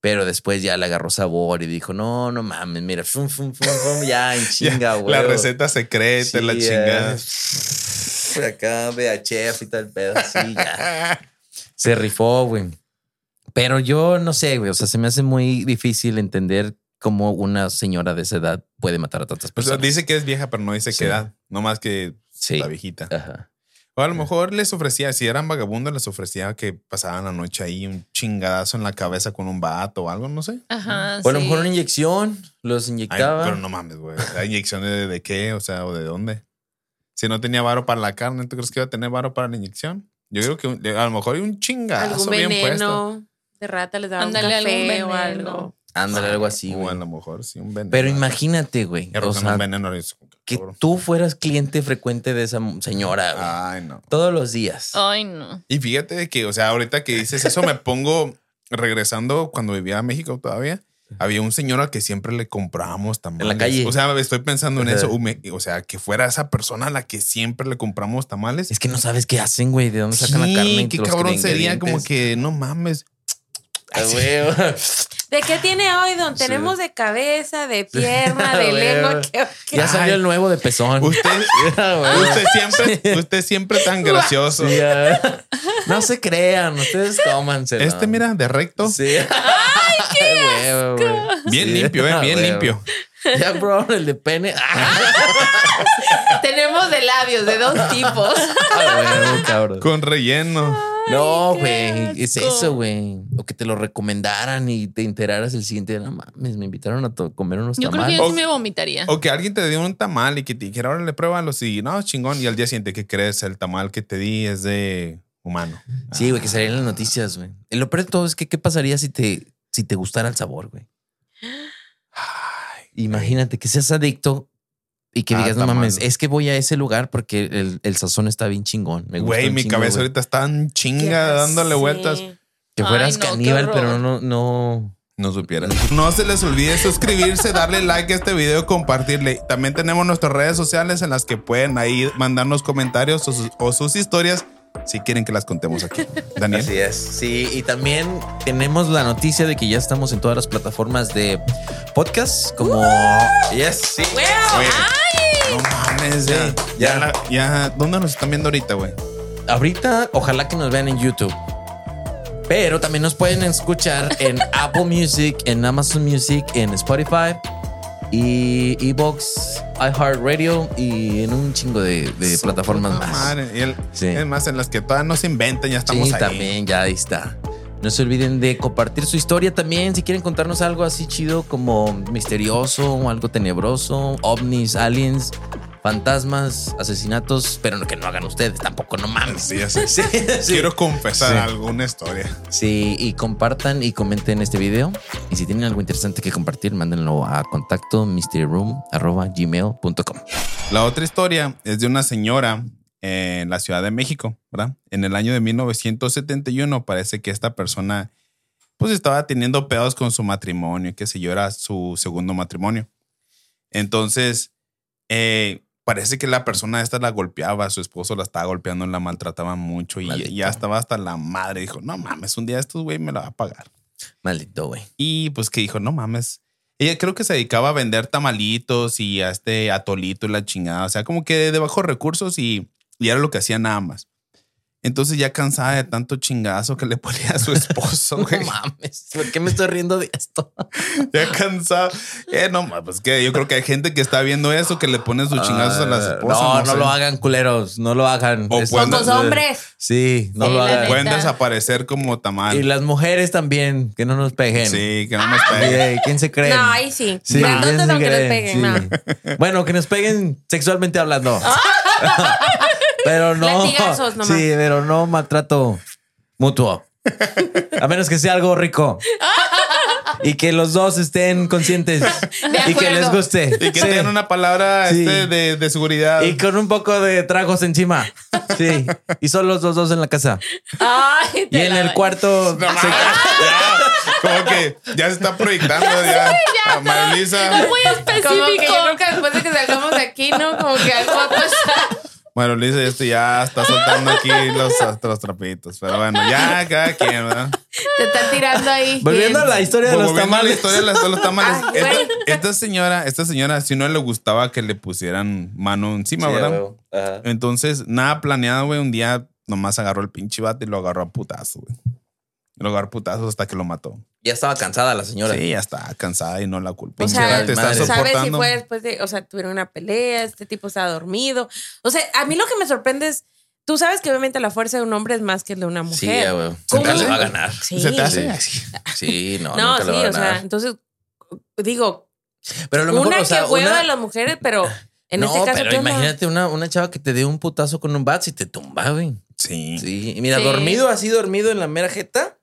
[SPEAKER 1] Pero después ya le agarró sabor y dijo, no, no mames, mira, fum, fum, fum, fum, ya en chinga, güey.
[SPEAKER 2] La receta secreta, la
[SPEAKER 1] Sí,
[SPEAKER 2] chingada.
[SPEAKER 1] eh, Acá VHF y tal pedo, sí, ya. Se rifó, güey. Pero yo no sé, güey, o sea, se me hace muy difícil entender cómo una señora de esa edad puede matar a tantas
[SPEAKER 2] O sea,
[SPEAKER 1] personas.
[SPEAKER 2] dice que es vieja, pero no dice
[SPEAKER 1] Sí.
[SPEAKER 2] qué edad. No más que
[SPEAKER 1] sí.
[SPEAKER 2] la viejita.
[SPEAKER 1] Ajá.
[SPEAKER 2] O a lo mejor les ofrecía, si eran vagabundos, les ofrecía que pasaban la noche ahí un chingadazo en la cabeza con un vato o algo, no sé.
[SPEAKER 4] Ajá.
[SPEAKER 1] O a lo
[SPEAKER 4] Ah, sí.
[SPEAKER 1] mejor una inyección, los
[SPEAKER 2] Ay,
[SPEAKER 1] inyectaba.
[SPEAKER 2] pero no mames, güey. ¿La inyección de, de qué? O sea, ¿o de dónde? Si no tenía varo para la carne, ¿tú crees que iba a tener varo para la inyección? Yo creo que un- a lo mejor un
[SPEAKER 3] Algún
[SPEAKER 2] chingazo bien puesto.
[SPEAKER 3] veneno de rata les daba
[SPEAKER 4] Ándale,
[SPEAKER 3] un
[SPEAKER 4] algún
[SPEAKER 3] café o
[SPEAKER 4] veneno.
[SPEAKER 3] algo.
[SPEAKER 1] Ándale, algo así,
[SPEAKER 2] O a
[SPEAKER 1] güey.
[SPEAKER 2] lo mejor sí, un veneno.
[SPEAKER 1] Pero imagínate, güey.
[SPEAKER 2] Que
[SPEAKER 1] O
[SPEAKER 2] rozan
[SPEAKER 1] sea,
[SPEAKER 2] un veneno. y-
[SPEAKER 1] que tú fueras cliente frecuente de esa señora, Ah, güey.
[SPEAKER 2] Ay, no.
[SPEAKER 1] Todos los días.
[SPEAKER 4] Ay, no.
[SPEAKER 2] Y fíjate de que, o sea, ahorita que dices eso, me pongo regresando cuando vivía a México todavía. Había un señor al que siempre le comprábamos tamales.
[SPEAKER 1] calle.
[SPEAKER 2] O sea, estoy pensando en
[SPEAKER 1] Ajá.
[SPEAKER 2] eso. Hume- O sea, que fuera esa persona a la que siempre le compramos tamales.
[SPEAKER 1] Es que no sabes qué hacen, güey. ¿De dónde sacan
[SPEAKER 2] Sí,
[SPEAKER 1] la carne? y
[SPEAKER 2] qué
[SPEAKER 1] los
[SPEAKER 2] cabrón sería como
[SPEAKER 1] ingredientes?
[SPEAKER 2] que no mames.
[SPEAKER 1] Ah, güey.
[SPEAKER 3] ¿De qué tiene hoy, don?
[SPEAKER 1] Sí.
[SPEAKER 3] Tenemos de cabeza, de pierna,
[SPEAKER 1] A
[SPEAKER 3] de
[SPEAKER 1] ver.
[SPEAKER 3] lengua. ¿qué- qué?
[SPEAKER 1] ya salió el nuevo de pezón.
[SPEAKER 2] Usted,
[SPEAKER 1] Ah, güey.
[SPEAKER 2] usted siempre, usted siempre tan gracioso.
[SPEAKER 1] Sí, ah. No se crean, ustedes cómanse.
[SPEAKER 2] Este, mira, de recto.
[SPEAKER 1] Sí. Ay, qué
[SPEAKER 2] Bien limpio, eh, bien limpio.
[SPEAKER 1] Ah, Ya probaron el de pene. Ah,
[SPEAKER 3] Tenemos de labios, de dos tipos.
[SPEAKER 1] güey, cabrón.
[SPEAKER 2] Con relleno.
[SPEAKER 1] No,
[SPEAKER 4] qué
[SPEAKER 1] güey, es
[SPEAKER 4] asco.
[SPEAKER 1] eso, güey. O que te lo recomendaran y te enteraras el siguiente día. No mames, me invitaron a to- comer unos
[SPEAKER 4] Yo creo que
[SPEAKER 1] tamales.
[SPEAKER 4] yo sí
[SPEAKER 2] O-
[SPEAKER 4] me vomitaría.
[SPEAKER 2] O que alguien te dio un tamal y que te dijera, ahora le pruébalos y no, chingón. Y al día siguiente, ¿qué crees? El tamal que te di es de humano.
[SPEAKER 1] Sí,
[SPEAKER 2] Ah.
[SPEAKER 1] güey, que salían las noticias, güey. Y Lo peor de todo es que, ¿qué pasaría si te, si te gustara el sabor, güey?
[SPEAKER 2] Ay,
[SPEAKER 1] Imagínate que seas adicto y que
[SPEAKER 2] Ah,
[SPEAKER 1] digas, no
[SPEAKER 2] está
[SPEAKER 1] mames,
[SPEAKER 2] mal.
[SPEAKER 1] es que voy a ese lugar porque el, el sazón está bien chingón. Me gusta
[SPEAKER 2] Güey,
[SPEAKER 1] un
[SPEAKER 2] mi
[SPEAKER 1] chingo,
[SPEAKER 2] cabeza
[SPEAKER 1] güey".
[SPEAKER 2] ahorita está en chinga dándole vueltas.
[SPEAKER 1] Que
[SPEAKER 4] Ay,
[SPEAKER 1] fueras
[SPEAKER 4] no, qué
[SPEAKER 1] caníbal, pero
[SPEAKER 4] horror.
[SPEAKER 1] no, no.
[SPEAKER 2] No supieras. No se les olvide suscribirse, darle like a este video, compartirle. También tenemos nuestras redes sociales en las que pueden ahí mandarnos comentarios o sus, o sus historias si quieren que las contemos aquí. Daniel.
[SPEAKER 1] es. Sí, y también tenemos la noticia de que ya estamos en todas las plataformas de podcast, como. Yes, sí.
[SPEAKER 2] Oye, no mames, ya,
[SPEAKER 1] Ya.
[SPEAKER 2] ya, la- ya. ¿Dónde nos están viendo ahorita, güey?
[SPEAKER 1] Ahorita, ojalá que nos vean en YouTube. Pero también nos pueden escuchar en Apple Music, en Amazon Music, en Spotify y Evox, iHeartRadio y en un chingo de, de plataformas
[SPEAKER 2] Puta
[SPEAKER 1] más.
[SPEAKER 2] madre. Y el-
[SPEAKER 1] Sí.
[SPEAKER 2] Es más, en las que todavía no se inventan, ya estamos
[SPEAKER 1] sí,
[SPEAKER 2] ahí.
[SPEAKER 1] también, ya ahí está. No se olviden de compartir su historia también. Si quieren contarnos algo así chido como misterioso, o algo tenebroso, ovnis, aliens, fantasmas, asesinatos, pero no- que no hagan ustedes tampoco, no mames.
[SPEAKER 2] Sí, ya sé.
[SPEAKER 1] Sí, sí.
[SPEAKER 2] Quiero confesar
[SPEAKER 1] Sí.
[SPEAKER 2] alguna historia.
[SPEAKER 1] Sí, y compartan y comenten este video. Y si tienen algo interesante que compartir, mándenlo a contacto mysteryroom.gmail.com.
[SPEAKER 2] La otra historia es de una señora en la Ciudad de México, ¿verdad? En el año de 1971 parece que esta persona pues estaba teniendo pedos con su matrimonio, que sé yo, era su segundo matrimonio. Entonces, eh, parece que la persona esta la golpeaba, su esposo la estaba golpeando, la maltrataba mucho y
[SPEAKER 1] Maldito.
[SPEAKER 2] ya estaba hasta la madre. Dijo, no mames, un día estos güey me la va a pagar.
[SPEAKER 1] Maldito, güey.
[SPEAKER 2] Y pues que dijo, no mames, Ella creo que se dedicaba a vender tamalitos y a este atolito y la chingada. O sea, como que de bajos recursos y, y era lo que hacía nada más. Entonces ya cansada de tanto chingazo que le ponía a su esposo, güey.
[SPEAKER 1] No mames, ¿por qué me estoy riendo de esto?
[SPEAKER 2] Ya cansado. Eh, no, ma, pues que yo creo que hay gente que está viendo eso que le ponen sus chingazos a las
[SPEAKER 1] Ah,
[SPEAKER 2] esposas.
[SPEAKER 1] No, no,
[SPEAKER 2] sé.
[SPEAKER 1] lo hagan, culeros. No lo hagan.
[SPEAKER 2] O
[SPEAKER 1] Es-
[SPEAKER 2] pueden-
[SPEAKER 3] Pocos hombres.
[SPEAKER 1] Sí, no
[SPEAKER 4] Sí,
[SPEAKER 1] lo
[SPEAKER 4] la
[SPEAKER 1] hagan.
[SPEAKER 2] Pueden
[SPEAKER 4] Neta.
[SPEAKER 2] desaparecer como tamal.
[SPEAKER 1] Y las mujeres también, que no nos peguen.
[SPEAKER 2] Sí, que no nos
[SPEAKER 1] Sí,
[SPEAKER 2] peguen.
[SPEAKER 1] eh, ¿Quién se cree?
[SPEAKER 5] No, ahí sí.
[SPEAKER 1] Sí,
[SPEAKER 5] Grandotes
[SPEAKER 1] ¿quién se
[SPEAKER 5] aunque nos
[SPEAKER 1] cree?
[SPEAKER 5] peguen.
[SPEAKER 1] Sí.
[SPEAKER 5] no.
[SPEAKER 1] Bueno, que nos peguen sexualmente hablando. pero no.
[SPEAKER 5] Ah. Latigazos nomás.
[SPEAKER 1] Sí, pero no maltrato mutuo. A menos que sea algo rico. Y que los dos estén conscientes. y que
[SPEAKER 3] acuerdo.
[SPEAKER 1] les guste.
[SPEAKER 2] Y que
[SPEAKER 1] Sí.
[SPEAKER 2] tengan una palabra
[SPEAKER 1] Sí.
[SPEAKER 2] este, de, de seguridad.
[SPEAKER 1] Y con un poco de tragos encima. Sí. Y son los dos, dos en la casa.
[SPEAKER 4] Ay,
[SPEAKER 1] Y
[SPEAKER 4] te
[SPEAKER 1] en
[SPEAKER 4] la
[SPEAKER 1] el
[SPEAKER 4] doy.
[SPEAKER 1] cuarto.
[SPEAKER 2] No, mames, ya, como que ya se está proyectando ya. Ah, A Marilisa.
[SPEAKER 4] Muy
[SPEAKER 3] Como que
[SPEAKER 4] específico.
[SPEAKER 3] yo creo que después de que salgamos de aquí, ¿no? Como que algo va a pasar.
[SPEAKER 2] Marilisa ya, estoy- ya está soltando aquí los, los trapitos. Pero bueno, ya cada quien, ¿verdad?
[SPEAKER 3] Te están tirando ahí.
[SPEAKER 1] Volviendo a la historia de los
[SPEAKER 2] Volviendo a la
[SPEAKER 1] tamales.
[SPEAKER 2] historia de las- de los tamales.
[SPEAKER 5] Ah,
[SPEAKER 3] Ay,
[SPEAKER 2] esta,
[SPEAKER 3] güey.
[SPEAKER 2] esta señora, esta señora, si no le gustaba que le pusieran mano encima, ¿verdad? Entonces, nada planeado, güey. Un día nomás agarró el pinche vato y lo agarró a putazo, güey. Lo agarró a putazo hasta que lo mató.
[SPEAKER 1] Ya estaba cansada la señora.
[SPEAKER 2] Sí, ya está cansada y no la culpa.
[SPEAKER 5] O
[SPEAKER 1] Pinche
[SPEAKER 5] sea,
[SPEAKER 1] madre.
[SPEAKER 2] te está
[SPEAKER 5] tú sabes si
[SPEAKER 2] soportando.
[SPEAKER 5] fue después de, o sea, tuvieron una pelea, este tipo estaba dormido. O sea, a mí lo que me sorprende es, tú sabes que obviamente la fuerza de un hombre es más que la de una
[SPEAKER 1] Sí,
[SPEAKER 5] mujer.
[SPEAKER 1] ya, güey.
[SPEAKER 5] ¿Cómo?
[SPEAKER 1] Nunca le va a ganar.
[SPEAKER 5] Sí.
[SPEAKER 2] Se te hace así.
[SPEAKER 1] Sí, no,
[SPEAKER 5] No,
[SPEAKER 1] nunca
[SPEAKER 5] sí,
[SPEAKER 1] le va a
[SPEAKER 5] o sea,
[SPEAKER 1] ganar.
[SPEAKER 5] entonces digo,
[SPEAKER 1] pero a lo mejor,
[SPEAKER 5] una
[SPEAKER 1] o sea,
[SPEAKER 5] que hueva
[SPEAKER 1] una-
[SPEAKER 5] a las mujeres, pero en
[SPEAKER 1] no,
[SPEAKER 5] este caso
[SPEAKER 1] pero
[SPEAKER 5] ¿qué onda?
[SPEAKER 1] imagínate una, una chava que te dio un putazo con un bat y te tumba, güey.
[SPEAKER 2] Sí.
[SPEAKER 1] Sí, y mira,
[SPEAKER 4] Sí.
[SPEAKER 1] dormido así, dormido en la mera jeta.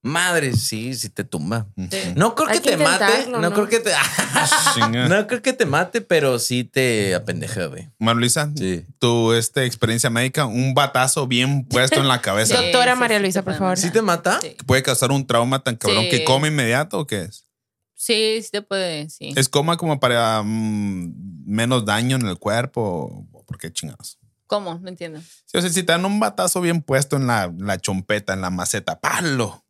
[SPEAKER 1] Madre, sí, sí te tumba.
[SPEAKER 2] Ujú.
[SPEAKER 1] No creo
[SPEAKER 5] Hay
[SPEAKER 1] que,
[SPEAKER 5] que
[SPEAKER 1] te mate,
[SPEAKER 5] intentarlo,
[SPEAKER 1] no,
[SPEAKER 5] ¿no?
[SPEAKER 1] creo que te ah,
[SPEAKER 2] Chinga.
[SPEAKER 1] No creo que te mate, pero sí te apendeja, güey.
[SPEAKER 2] Marilisa,
[SPEAKER 1] Sí.
[SPEAKER 2] tu este, experiencia médica, un batazo bien puesto en la cabeza.
[SPEAKER 4] Sí,
[SPEAKER 5] Doctora
[SPEAKER 4] sí,
[SPEAKER 5] María
[SPEAKER 4] sí,
[SPEAKER 5] Luisa,
[SPEAKER 4] te
[SPEAKER 5] por
[SPEAKER 4] pueden
[SPEAKER 5] favor.
[SPEAKER 1] ¿Sí te mata?
[SPEAKER 4] Sí.
[SPEAKER 2] ¿Puede causar un trauma tan cabrón
[SPEAKER 4] Sí.
[SPEAKER 2] que coma inmediato o qué es?
[SPEAKER 4] Sí, sí te puede, sí.
[SPEAKER 2] ¿Es coma como para mm, menos daño en el cuerpo? ¿O ¿Por qué chingados?
[SPEAKER 4] ¿Cómo? No entiendo.
[SPEAKER 2] Sí, o sea, si te dan un batazo bien puesto en la, la chompeta, en la maceta, ¡palo!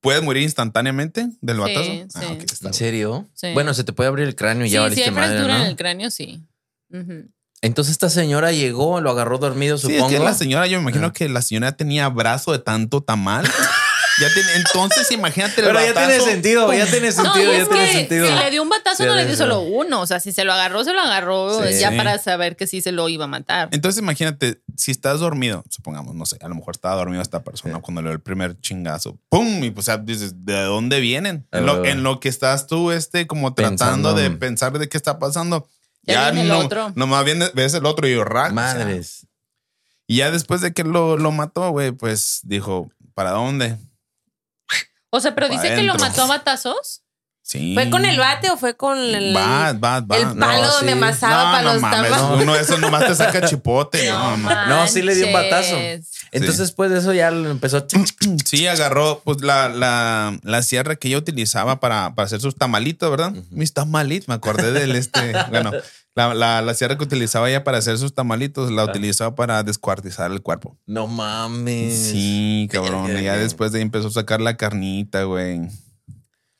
[SPEAKER 2] ¿Puedes morir instantáneamente del
[SPEAKER 4] Sí,
[SPEAKER 2] batazo? Ah,
[SPEAKER 4] sí.
[SPEAKER 2] ok, está
[SPEAKER 1] ¿En
[SPEAKER 2] bueno.
[SPEAKER 1] serio?
[SPEAKER 4] Sí.
[SPEAKER 1] Bueno, se te puede abrir el cráneo y
[SPEAKER 4] Sí,
[SPEAKER 1] ya
[SPEAKER 4] si
[SPEAKER 1] valiste
[SPEAKER 4] hay
[SPEAKER 1] madre,
[SPEAKER 4] fractura
[SPEAKER 1] ¿no?
[SPEAKER 4] en el cráneo, sí. Ujú.
[SPEAKER 1] Entonces esta señora llegó, lo agarró dormido,
[SPEAKER 2] Sí,
[SPEAKER 1] supongo.
[SPEAKER 2] es que la señora, yo me imagino
[SPEAKER 1] Ah.
[SPEAKER 2] que la señora tenía brazo de tanto tamal. ya tiene, entonces, imagínate el
[SPEAKER 1] Pero ya
[SPEAKER 2] batazo.
[SPEAKER 1] tiene sentido, ya tiene
[SPEAKER 4] No,
[SPEAKER 1] sentido,
[SPEAKER 4] y
[SPEAKER 1] ya
[SPEAKER 4] es
[SPEAKER 1] tiene
[SPEAKER 4] que
[SPEAKER 1] sentido.
[SPEAKER 4] si le dio un batazo,
[SPEAKER 1] Ya
[SPEAKER 4] no le
[SPEAKER 1] tiene
[SPEAKER 4] dio
[SPEAKER 1] sentido.
[SPEAKER 4] solo uno. O sea, si se lo agarró, se lo agarró eh,
[SPEAKER 1] Sí.
[SPEAKER 4] ya
[SPEAKER 2] Sí.
[SPEAKER 4] para saber que sí se lo iba a matar.
[SPEAKER 2] Entonces imagínate, si estás dormido, supongamos, no sé, a lo mejor estaba dormido esta persona cuando le dio el primer chingazo, ¡pum! Y pues o sea, dices, ¿de dónde vienen? En lo,
[SPEAKER 1] Ah.
[SPEAKER 2] en lo que estás tú, este, como
[SPEAKER 1] Pensando.
[SPEAKER 2] tratando de pensar de qué está pasando.
[SPEAKER 4] Ya viene el
[SPEAKER 2] no,
[SPEAKER 4] otro.
[SPEAKER 2] Nomás viene, ves el otro y yo, rack. o sea,
[SPEAKER 1] Madres.
[SPEAKER 2] y ya después de que lo, lo mató, güey, pues dijo, ¿para dónde?
[SPEAKER 4] O sea, pero
[SPEAKER 2] Pa'
[SPEAKER 4] dice que lo
[SPEAKER 2] adentro.
[SPEAKER 4] mató a batazos.
[SPEAKER 2] Sí.
[SPEAKER 5] ¿Fue con el bate o fue con el,
[SPEAKER 2] Bat, bat, bat.
[SPEAKER 5] el
[SPEAKER 2] No,
[SPEAKER 5] palo
[SPEAKER 1] sí.
[SPEAKER 5] donde amasaba
[SPEAKER 2] no,
[SPEAKER 5] para
[SPEAKER 2] no
[SPEAKER 5] los
[SPEAKER 2] mames,
[SPEAKER 5] tamales?
[SPEAKER 2] uno de esos nomás te saca chipote. No, no.
[SPEAKER 1] No, sí le dio un batazo.
[SPEAKER 4] manches.
[SPEAKER 1] Entonces, después de eso ya lo empezó.
[SPEAKER 2] Sí, agarró pues la, la, la sierra que ella utilizaba para, para hacer sus tamalitos, ¿verdad? Mis tamalitos, me acordé del este. bueno, la, la, la sierra que utilizaba ella para hacer sus tamalitos la utilizaba para descuartizar el cuerpo.
[SPEAKER 1] No mames.
[SPEAKER 2] Sí, cabrón.
[SPEAKER 1] verga,
[SPEAKER 2] Y ya
[SPEAKER 1] güey.
[SPEAKER 2] después de ahí empezó a sacar la carnita, güey.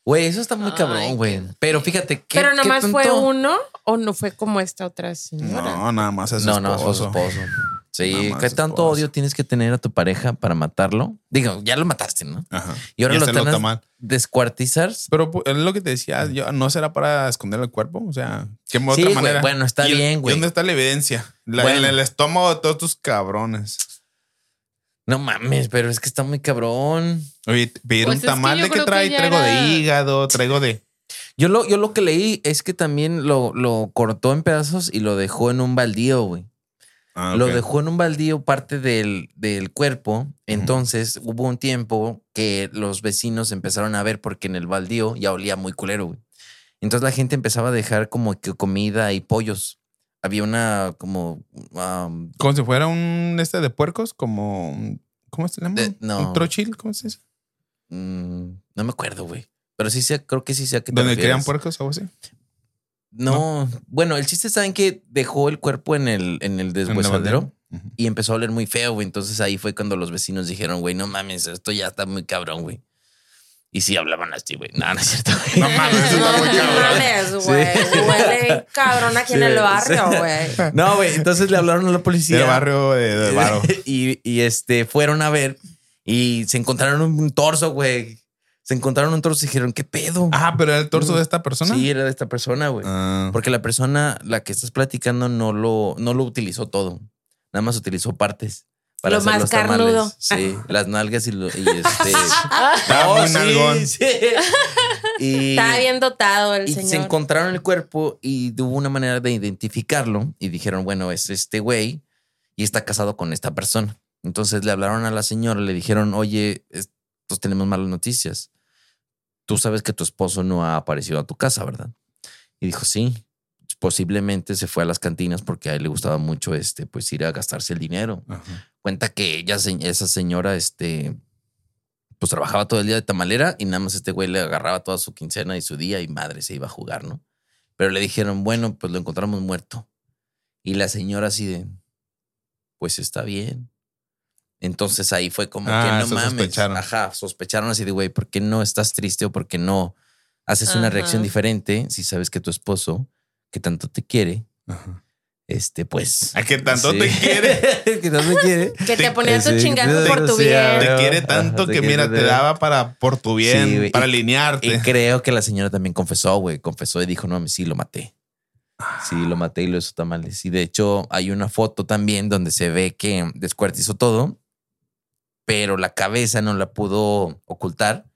[SPEAKER 1] Güey, eso está muy
[SPEAKER 4] Ay,
[SPEAKER 1] cabrón, güey.
[SPEAKER 4] qué-
[SPEAKER 1] Pero fíjate que.
[SPEAKER 5] Pero nomás fue
[SPEAKER 1] uno.
[SPEAKER 5] uno o no fue como esta otra señora.
[SPEAKER 2] No, nada más es su
[SPEAKER 1] No, no, fue su
[SPEAKER 2] esposo.
[SPEAKER 1] esposo.
[SPEAKER 2] Nada
[SPEAKER 1] Sí,
[SPEAKER 2] más
[SPEAKER 1] ¿qué
[SPEAKER 2] su
[SPEAKER 1] tanto
[SPEAKER 2] esposo.
[SPEAKER 1] odio tienes que tener a tu pareja para matarlo? Digo, ya lo mataste, ¿no?
[SPEAKER 2] Ajá.
[SPEAKER 1] Y ahora
[SPEAKER 2] Y
[SPEAKER 1] lo
[SPEAKER 2] este lo
[SPEAKER 1] tenés
[SPEAKER 2] tamal.
[SPEAKER 1] descuartizar.
[SPEAKER 2] Pero pues, es lo que te decía, yo, ¿no será para esconder el cuerpo? O sea, ¿qué otra
[SPEAKER 1] Sí, güey,
[SPEAKER 2] manera?
[SPEAKER 1] bueno, está
[SPEAKER 2] ¿Y-
[SPEAKER 1] bien,
[SPEAKER 2] y
[SPEAKER 1] güey.
[SPEAKER 2] ¿Dónde está la evidencia? La-
[SPEAKER 1] Bueno.
[SPEAKER 2] En el estómago de todos tus cabrones.
[SPEAKER 1] No mames, pero es que está muy cabrón.
[SPEAKER 2] Oye, te- pedir
[SPEAKER 4] Pues
[SPEAKER 2] un
[SPEAKER 4] es que
[SPEAKER 2] tamal
[SPEAKER 4] yo
[SPEAKER 2] de que
[SPEAKER 4] creo que
[SPEAKER 2] trae,
[SPEAKER 4] ya
[SPEAKER 2] traigo
[SPEAKER 4] era-
[SPEAKER 2] de hígado, traigo de.
[SPEAKER 1] Yo lo, yo lo que leí es que también lo, lo cortó en pedazos y lo dejó en un baldío, güey.
[SPEAKER 2] Ah,
[SPEAKER 1] Lo
[SPEAKER 2] ok.
[SPEAKER 1] dejó en un baldío parte del, del cuerpo. Entonces hubo un tiempo que los vecinos empezaron a ver porque en el baldío ya olía muy culero, güey. Entonces la gente empezaba a dejar como que comida y pollos. Había una como... am,
[SPEAKER 2] Como si fuera un este de puercos, como. un- ¿Cómo se llama?
[SPEAKER 1] De- no.
[SPEAKER 2] Un trochil, ¿cómo se dice?
[SPEAKER 1] mm, no me acuerdo, güey. Pero sí sé, creo que sí sé a qué te
[SPEAKER 2] Donde crean
[SPEAKER 1] refieres.
[SPEAKER 2] puercos o algo así.
[SPEAKER 1] No, bueno, el chiste está en que dejó el cuerpo en el, en el
[SPEAKER 2] En la
[SPEAKER 1] deshuesadero
[SPEAKER 2] bandera. Ujú.
[SPEAKER 1] y empezó a oler muy feo, güey. Entonces ahí fue cuando los vecinos dijeron, güey, no mames, esto ya está muy cabrón, güey. Y sí hablaban así, güey. No, no es cierto. güey.
[SPEAKER 2] No mames, eso está muy cabrón.
[SPEAKER 5] mames, güey. Huele bien cabrón aquí en
[SPEAKER 1] Sí,
[SPEAKER 5] el barrio,
[SPEAKER 1] sí.
[SPEAKER 5] güey.
[SPEAKER 1] No, güey. Entonces le hablaron a la policía.
[SPEAKER 2] Del barrio de, de Varo.
[SPEAKER 1] y, y, este, fueron a ver y se encontraron un, un torso, güey. Se encontraron un torso y dijeron, ¿qué pedo?
[SPEAKER 2] Ah, pero era el torso de esta persona.
[SPEAKER 1] Sí, era de esta persona, güey.
[SPEAKER 2] Ah.
[SPEAKER 1] Porque la persona, la que estás platicando, no lo, no lo utilizó todo. Nada más utilizó partes. Para
[SPEAKER 5] Lo
[SPEAKER 1] hacer
[SPEAKER 5] más
[SPEAKER 1] los tamales.
[SPEAKER 5] carnudo.
[SPEAKER 1] Sí, las nalgas y, lo- y este.
[SPEAKER 5] Ah,
[SPEAKER 2] Estaba
[SPEAKER 1] No,
[SPEAKER 2] muy
[SPEAKER 1] Oh, sí,
[SPEAKER 2] nalgón.
[SPEAKER 1] sí. Y,
[SPEAKER 5] Estaba bien dotado el
[SPEAKER 1] y
[SPEAKER 5] señor.
[SPEAKER 1] se encontraron el cuerpo y hubo una manera de identificarlo y dijeron, bueno, es este güey y está casado con esta persona. Entonces le hablaron a la señora, le dijeron, oye, estos tenemos malas noticias. Tú sabes que tu esposo no ha aparecido a tu casa, ¿verdad? Y dijo, sí, posiblemente se fue a las cantinas porque a él le gustaba mucho este, pues ir a gastarse el dinero
[SPEAKER 2] Ajá.
[SPEAKER 1] cuenta que ella, se- esa señora, este, pues trabajaba todo el día de tamalera y nada más este güey le agarraba toda su quincena y su día y madre se iba a jugar, ¿no? Pero le dijeron, bueno, pues lo encontramos muerto. Y la señora así de, pues está bien. Entonces ahí fue como
[SPEAKER 2] Ah,
[SPEAKER 1] que no
[SPEAKER 2] eso
[SPEAKER 1] mames.
[SPEAKER 2] sospecharon.
[SPEAKER 1] Ajá, sospecharon así de, güey, ¿por qué no estás triste o por qué no haces una
[SPEAKER 4] Ajá.
[SPEAKER 1] reacción diferente si sabes que tu esposo, que tanto te quiere,
[SPEAKER 2] Ajá.
[SPEAKER 1] este, pues...
[SPEAKER 2] ¿A qué tanto
[SPEAKER 1] sí.
[SPEAKER 2] te quiere?
[SPEAKER 1] que tanto te quiere.
[SPEAKER 5] que te
[SPEAKER 2] te-
[SPEAKER 5] ponían
[SPEAKER 1] Sí,
[SPEAKER 5] tus chingazos
[SPEAKER 1] sí,
[SPEAKER 5] por tu
[SPEAKER 1] sí,
[SPEAKER 5] bien.
[SPEAKER 1] Pero-
[SPEAKER 2] Te quiere tanto
[SPEAKER 1] Ajá, te
[SPEAKER 2] que,
[SPEAKER 1] quiere
[SPEAKER 2] mira, te
[SPEAKER 1] tanto.
[SPEAKER 2] daba para por tu bien,
[SPEAKER 1] Sí, güey.
[SPEAKER 2] para
[SPEAKER 1] Y- Y
[SPEAKER 2] alinearte.
[SPEAKER 1] creo que la señora también confesó, güey. Confesó y dijo, no, sí, lo maté. Sí, lo
[SPEAKER 2] Ah.
[SPEAKER 1] maté y lo hizo tamales. Y de hecho, hay una foto también donde se ve que descuartizó todo, pero la cabeza no la pudo ocultar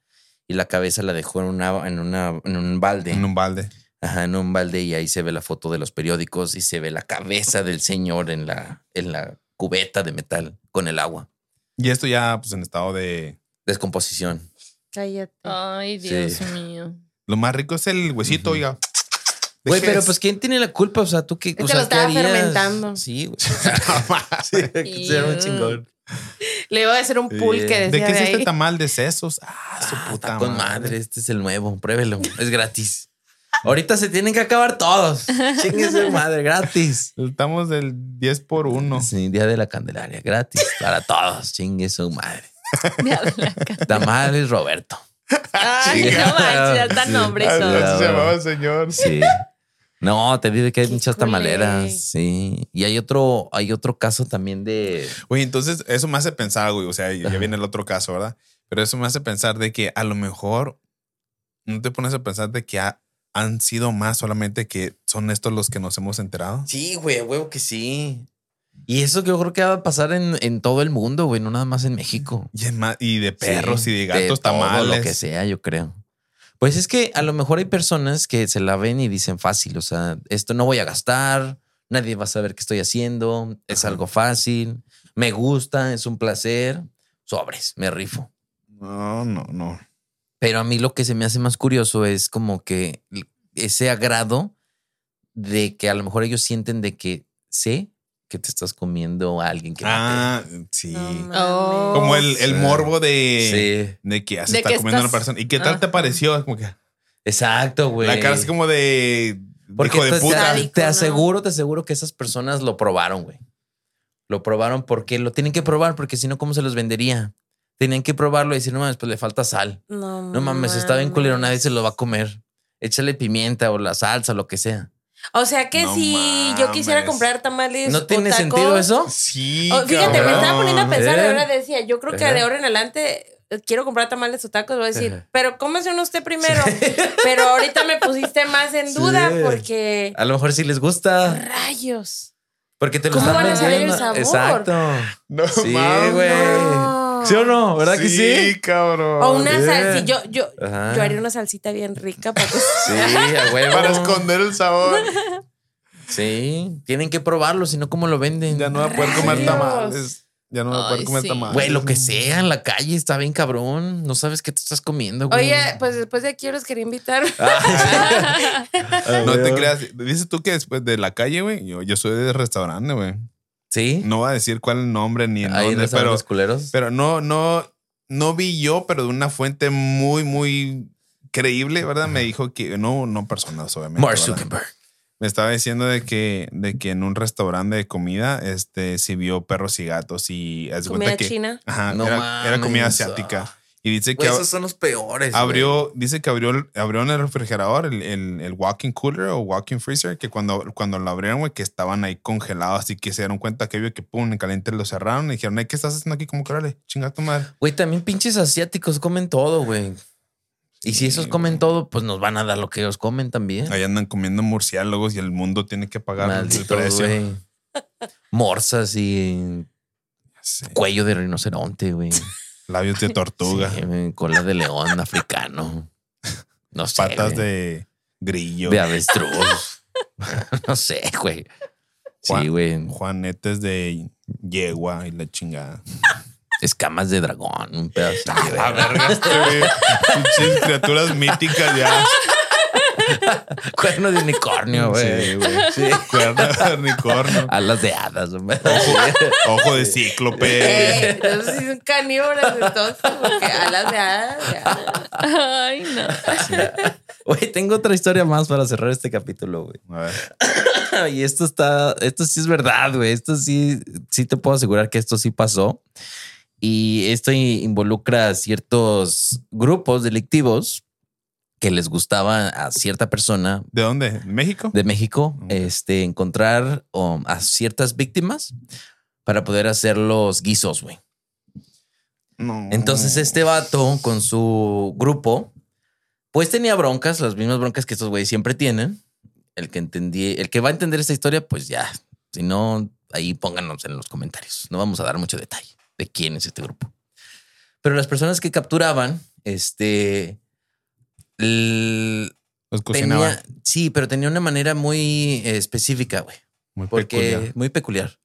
[SPEAKER 1] y la cabeza la dejó en, una, en, una, en un balde.
[SPEAKER 2] En un balde.
[SPEAKER 1] Ajá, en un balde y ahí se ve la foto de los periódicos y se ve la cabeza del señor en la, en la cubeta de metal con el agua.
[SPEAKER 2] Y esto ya, pues en estado de.
[SPEAKER 1] Descomposición.
[SPEAKER 5] Cállate.
[SPEAKER 4] Ay,
[SPEAKER 1] Sí.
[SPEAKER 4] Dios mío.
[SPEAKER 2] Lo más rico es el huesito, oiga.
[SPEAKER 1] Güey,
[SPEAKER 2] Dejes-
[SPEAKER 1] pero pues ¿quién tiene la culpa? O sea, tú qué...
[SPEAKER 5] Este
[SPEAKER 1] o sea,
[SPEAKER 5] lo
[SPEAKER 1] ¿qué
[SPEAKER 5] estaba
[SPEAKER 1] harías?
[SPEAKER 5] fermentando.
[SPEAKER 1] Sí, güey.
[SPEAKER 2] Sí.
[SPEAKER 1] Sí, era muy chingón.
[SPEAKER 5] Le iba a hacer un pulque,
[SPEAKER 1] Sí.
[SPEAKER 5] decía
[SPEAKER 2] ¿De
[SPEAKER 5] de
[SPEAKER 2] qué es
[SPEAKER 5] ahí.
[SPEAKER 2] este tamal de sesos? Ah, su puta
[SPEAKER 1] Está con madre, este es el nuevo, pruébelo, es gratis. Ahorita se tienen que acabar todos. Chingue su madre, gratis.
[SPEAKER 2] Estamos del 10 por 1.
[SPEAKER 1] Sí, día de la Candelaria, gratis para todos. Chingue su madre.
[SPEAKER 4] Ya de la cara.
[SPEAKER 1] Tamales Roberto.
[SPEAKER 4] Ay,
[SPEAKER 1] Sí.
[SPEAKER 4] no manches, ya está nombre
[SPEAKER 1] Ah,
[SPEAKER 4] todo.
[SPEAKER 1] ya.
[SPEAKER 2] se llamaba el señor.
[SPEAKER 1] Sí. No, te digo que hay
[SPEAKER 5] Qué
[SPEAKER 1] muchas
[SPEAKER 5] culé.
[SPEAKER 1] tamaleras. Sí. Y hay otro, hay otro caso también de.
[SPEAKER 2] Oye, entonces eso me hace pensar, güey. O sea, ya
[SPEAKER 1] Ajá.
[SPEAKER 2] viene el otro caso, ¿verdad? Pero eso me hace pensar de que a lo mejor no te pones a pensar de que ha- han sido más solamente que son estos los que nos hemos enterado.
[SPEAKER 1] Sí, güey, a huevo que sí. Y eso que yo creo que va a pasar en, en todo el mundo, güey, no nada más en México.
[SPEAKER 2] Y, es más- y de perros
[SPEAKER 1] Sí,
[SPEAKER 2] y de gatos
[SPEAKER 1] todo
[SPEAKER 2] tamales.
[SPEAKER 1] lo que sea, yo creo. Pues es que a lo mejor hay personas que se la ven y dicen fácil, o sea, esto no voy a gastar, nadie va a saber qué estoy haciendo, es
[SPEAKER 2] Ajá.
[SPEAKER 1] algo fácil, me gusta, es un placer, sobres, me rifo.
[SPEAKER 2] No, no, no.
[SPEAKER 1] Pero a mí lo que se me hace más curioso es como que ese agrado de que a lo mejor ellos sienten de que sé que te estás comiendo a alguien que maté.
[SPEAKER 2] Ah, sí.
[SPEAKER 5] No mames.
[SPEAKER 4] Oh.
[SPEAKER 2] Como el, el
[SPEAKER 1] Sí.
[SPEAKER 2] morbo de,
[SPEAKER 1] Sí,
[SPEAKER 2] de que ya se
[SPEAKER 4] De
[SPEAKER 2] está
[SPEAKER 4] que
[SPEAKER 2] comiendo a una
[SPEAKER 4] estás-
[SPEAKER 2] persona. ¿Y qué
[SPEAKER 5] Ah.
[SPEAKER 2] tal te
[SPEAKER 4] Ajá.
[SPEAKER 2] pareció? Como que
[SPEAKER 1] exacto, güey.
[SPEAKER 2] la cara es como de
[SPEAKER 1] Porque
[SPEAKER 2] hijo de
[SPEAKER 1] te, te-
[SPEAKER 2] puta.
[SPEAKER 1] Te,
[SPEAKER 5] Sádico, ¿no?
[SPEAKER 1] aseguro, te aseguro que esas personas lo probaron, güey. Lo probaron porque lo tienen que probar, porque si no, ¿cómo se los vendería? Tenían que probarlo y decir, no mames, pues le falta sal.
[SPEAKER 5] No,
[SPEAKER 1] No mames, está bien culero, nadie se lo va a comer. Échale pimienta o la salsa, lo que sea.
[SPEAKER 5] O sea que
[SPEAKER 2] No
[SPEAKER 5] si yo quisiera
[SPEAKER 2] mames.
[SPEAKER 5] comprar tamales.
[SPEAKER 1] ¿No tiene
[SPEAKER 5] o tacos-
[SPEAKER 1] sentido eso?
[SPEAKER 2] Sí.
[SPEAKER 5] Oh, fíjate, me
[SPEAKER 2] cabrón.
[SPEAKER 5] estaba poniendo a pensar,
[SPEAKER 1] ¿Eh?
[SPEAKER 5] ahora decía, yo creo que
[SPEAKER 1] Ajá.
[SPEAKER 5] de ahora en adelante eh, quiero comprar tamales o tacos, voy a decir,
[SPEAKER 1] Ajá.
[SPEAKER 5] pero cómese uno usted primero. Pero ahorita me pusiste más en duda
[SPEAKER 1] Sí.
[SPEAKER 5] porque
[SPEAKER 1] A lo mejor sí les gusta,
[SPEAKER 5] rayos.
[SPEAKER 1] porque te lo
[SPEAKER 5] ¿Cómo
[SPEAKER 1] están
[SPEAKER 5] van a saber el
[SPEAKER 1] vendiendo.
[SPEAKER 5] sabor?
[SPEAKER 1] Exacto.
[SPEAKER 2] No
[SPEAKER 1] Sí,
[SPEAKER 2] mames.
[SPEAKER 1] güey.
[SPEAKER 5] No.
[SPEAKER 1] ¿Sí o no? ¿Verdad que sí?
[SPEAKER 2] Sí, cabrón.
[SPEAKER 5] O una
[SPEAKER 1] bien.
[SPEAKER 5] salsita, yo, yo,
[SPEAKER 1] Ajá.
[SPEAKER 5] yo haría una salsita bien rica para que
[SPEAKER 1] Ah. Sí, a huevo.
[SPEAKER 2] Para esconder el sabor.
[SPEAKER 1] Sí, tienen que probarlo, si no, ¿cómo lo venden?
[SPEAKER 2] Ya no va a poder comer
[SPEAKER 1] Rayos.
[SPEAKER 2] tamales. Ya no va a
[SPEAKER 4] Ay,
[SPEAKER 2] poder comer
[SPEAKER 4] sí.
[SPEAKER 2] tamales.
[SPEAKER 1] Güey, lo que sea en la calle está bien cabrón. No sabes qué te estás comiendo, güey.
[SPEAKER 5] Oye, pues después de aquí yo los quería invitar.
[SPEAKER 2] No te creas. Dices tú que después de la calle, güey. Yo, yo soy de restaurante, güey.
[SPEAKER 1] Sí.
[SPEAKER 2] No va a decir cuál nombre ni en
[SPEAKER 1] Ahí
[SPEAKER 2] dónde,
[SPEAKER 1] no saben
[SPEAKER 2] pero,
[SPEAKER 1] los culeros.
[SPEAKER 2] pero no, no, no vi yo, pero de una fuente muy, muy creíble, ¿verdad? Me dijo que no, no personas, obviamente.
[SPEAKER 1] Mark
[SPEAKER 2] ¿verdad?
[SPEAKER 1] Zuckerberg.
[SPEAKER 2] Me estaba diciendo de que, de que en un restaurante de comida, este, sirvió perros y gatos y haz de cuenta
[SPEAKER 5] Comida
[SPEAKER 2] que
[SPEAKER 5] china.
[SPEAKER 2] Ajá,
[SPEAKER 1] No
[SPEAKER 2] era, era comida
[SPEAKER 1] mames. ah.
[SPEAKER 2] asiática. Y dice que
[SPEAKER 1] Güey,
[SPEAKER 2] ab-
[SPEAKER 1] esos son los peores. güey.
[SPEAKER 2] abrió, dice que abrió, el- abrió en el refrigerador el, el, el walk-in cooler o walk-in freezer, que cuando, cuando lo abrieron, güey, que estaban ahí congelados, así que se dieron cuenta que vio que pum, en caliente lo cerraron y dijeron, "Ey, ¿qué estás haciendo aquí? Como que órale, chinga tu madre.
[SPEAKER 1] Güey, también pinches asiáticos comen todo, güey. Y si esos
[SPEAKER 2] Sí,
[SPEAKER 1] comen
[SPEAKER 2] güey.
[SPEAKER 1] todo, pues nos van a dar lo que ellos comen también.
[SPEAKER 2] Ahí andan comiendo murciélagos y el mundo tiene que pagar el
[SPEAKER 1] Malditos,
[SPEAKER 2] precio.
[SPEAKER 1] güey. Morsas y
[SPEAKER 2] Ya sé.
[SPEAKER 1] cuello de rinoceronte, güey.
[SPEAKER 2] Labios de tortuga,
[SPEAKER 1] Sí, güey, cola de león africano. No sé.
[SPEAKER 2] patas
[SPEAKER 1] güey.
[SPEAKER 2] de grillo,
[SPEAKER 1] de avestruz. no sé, güey. Sí,
[SPEAKER 2] Juan-
[SPEAKER 1] güey.
[SPEAKER 2] juanetes de yegua y la chingada.
[SPEAKER 1] Escamas de dragón, un pedazo.
[SPEAKER 2] A verga, este, güey. Pinches criaturas míticas ya.
[SPEAKER 1] Cuerno de unicornio, güey.
[SPEAKER 2] Sí, güey. Cuerno de unicornio.
[SPEAKER 1] Alas de hadas, hombre.
[SPEAKER 2] Ojo de cíclope.
[SPEAKER 5] Eh, entonces sí son caníbales entonces, porque alas de hadas. de hadas.
[SPEAKER 4] Ay, no.
[SPEAKER 1] Güey, tengo otra historia más para cerrar este capítulo, güey.
[SPEAKER 2] A ver,
[SPEAKER 1] Y esto está, esto sí es verdad, güey. Esto sí, sí te puedo asegurar que esto sí pasó. Y esto i- involucra a ciertos grupos delictivos que les gustaba a cierta persona
[SPEAKER 2] ¿De dónde? ¿De ¿México?
[SPEAKER 1] de México,
[SPEAKER 2] Ok.
[SPEAKER 1] este, encontrar um, a ciertas víctimas para poder hacer los guisos, güey.
[SPEAKER 2] No.
[SPEAKER 1] Entonces este vato con su grupo, pues tenía broncas, las mismas broncas que estos güeyes siempre tienen. El que entendí, el que va a entender esta historia, pues ya. Si no, ahí pónganos en los comentarios. No vamos a dar mucho detalle de quién es este grupo. Pero las personas que capturaban, este, l-
[SPEAKER 2] Los cocinaba.
[SPEAKER 1] tenía, sí, pero tenía una manera muy eh, específica, güey
[SPEAKER 2] muy
[SPEAKER 1] porque
[SPEAKER 2] peculiar.
[SPEAKER 1] muy peculiar.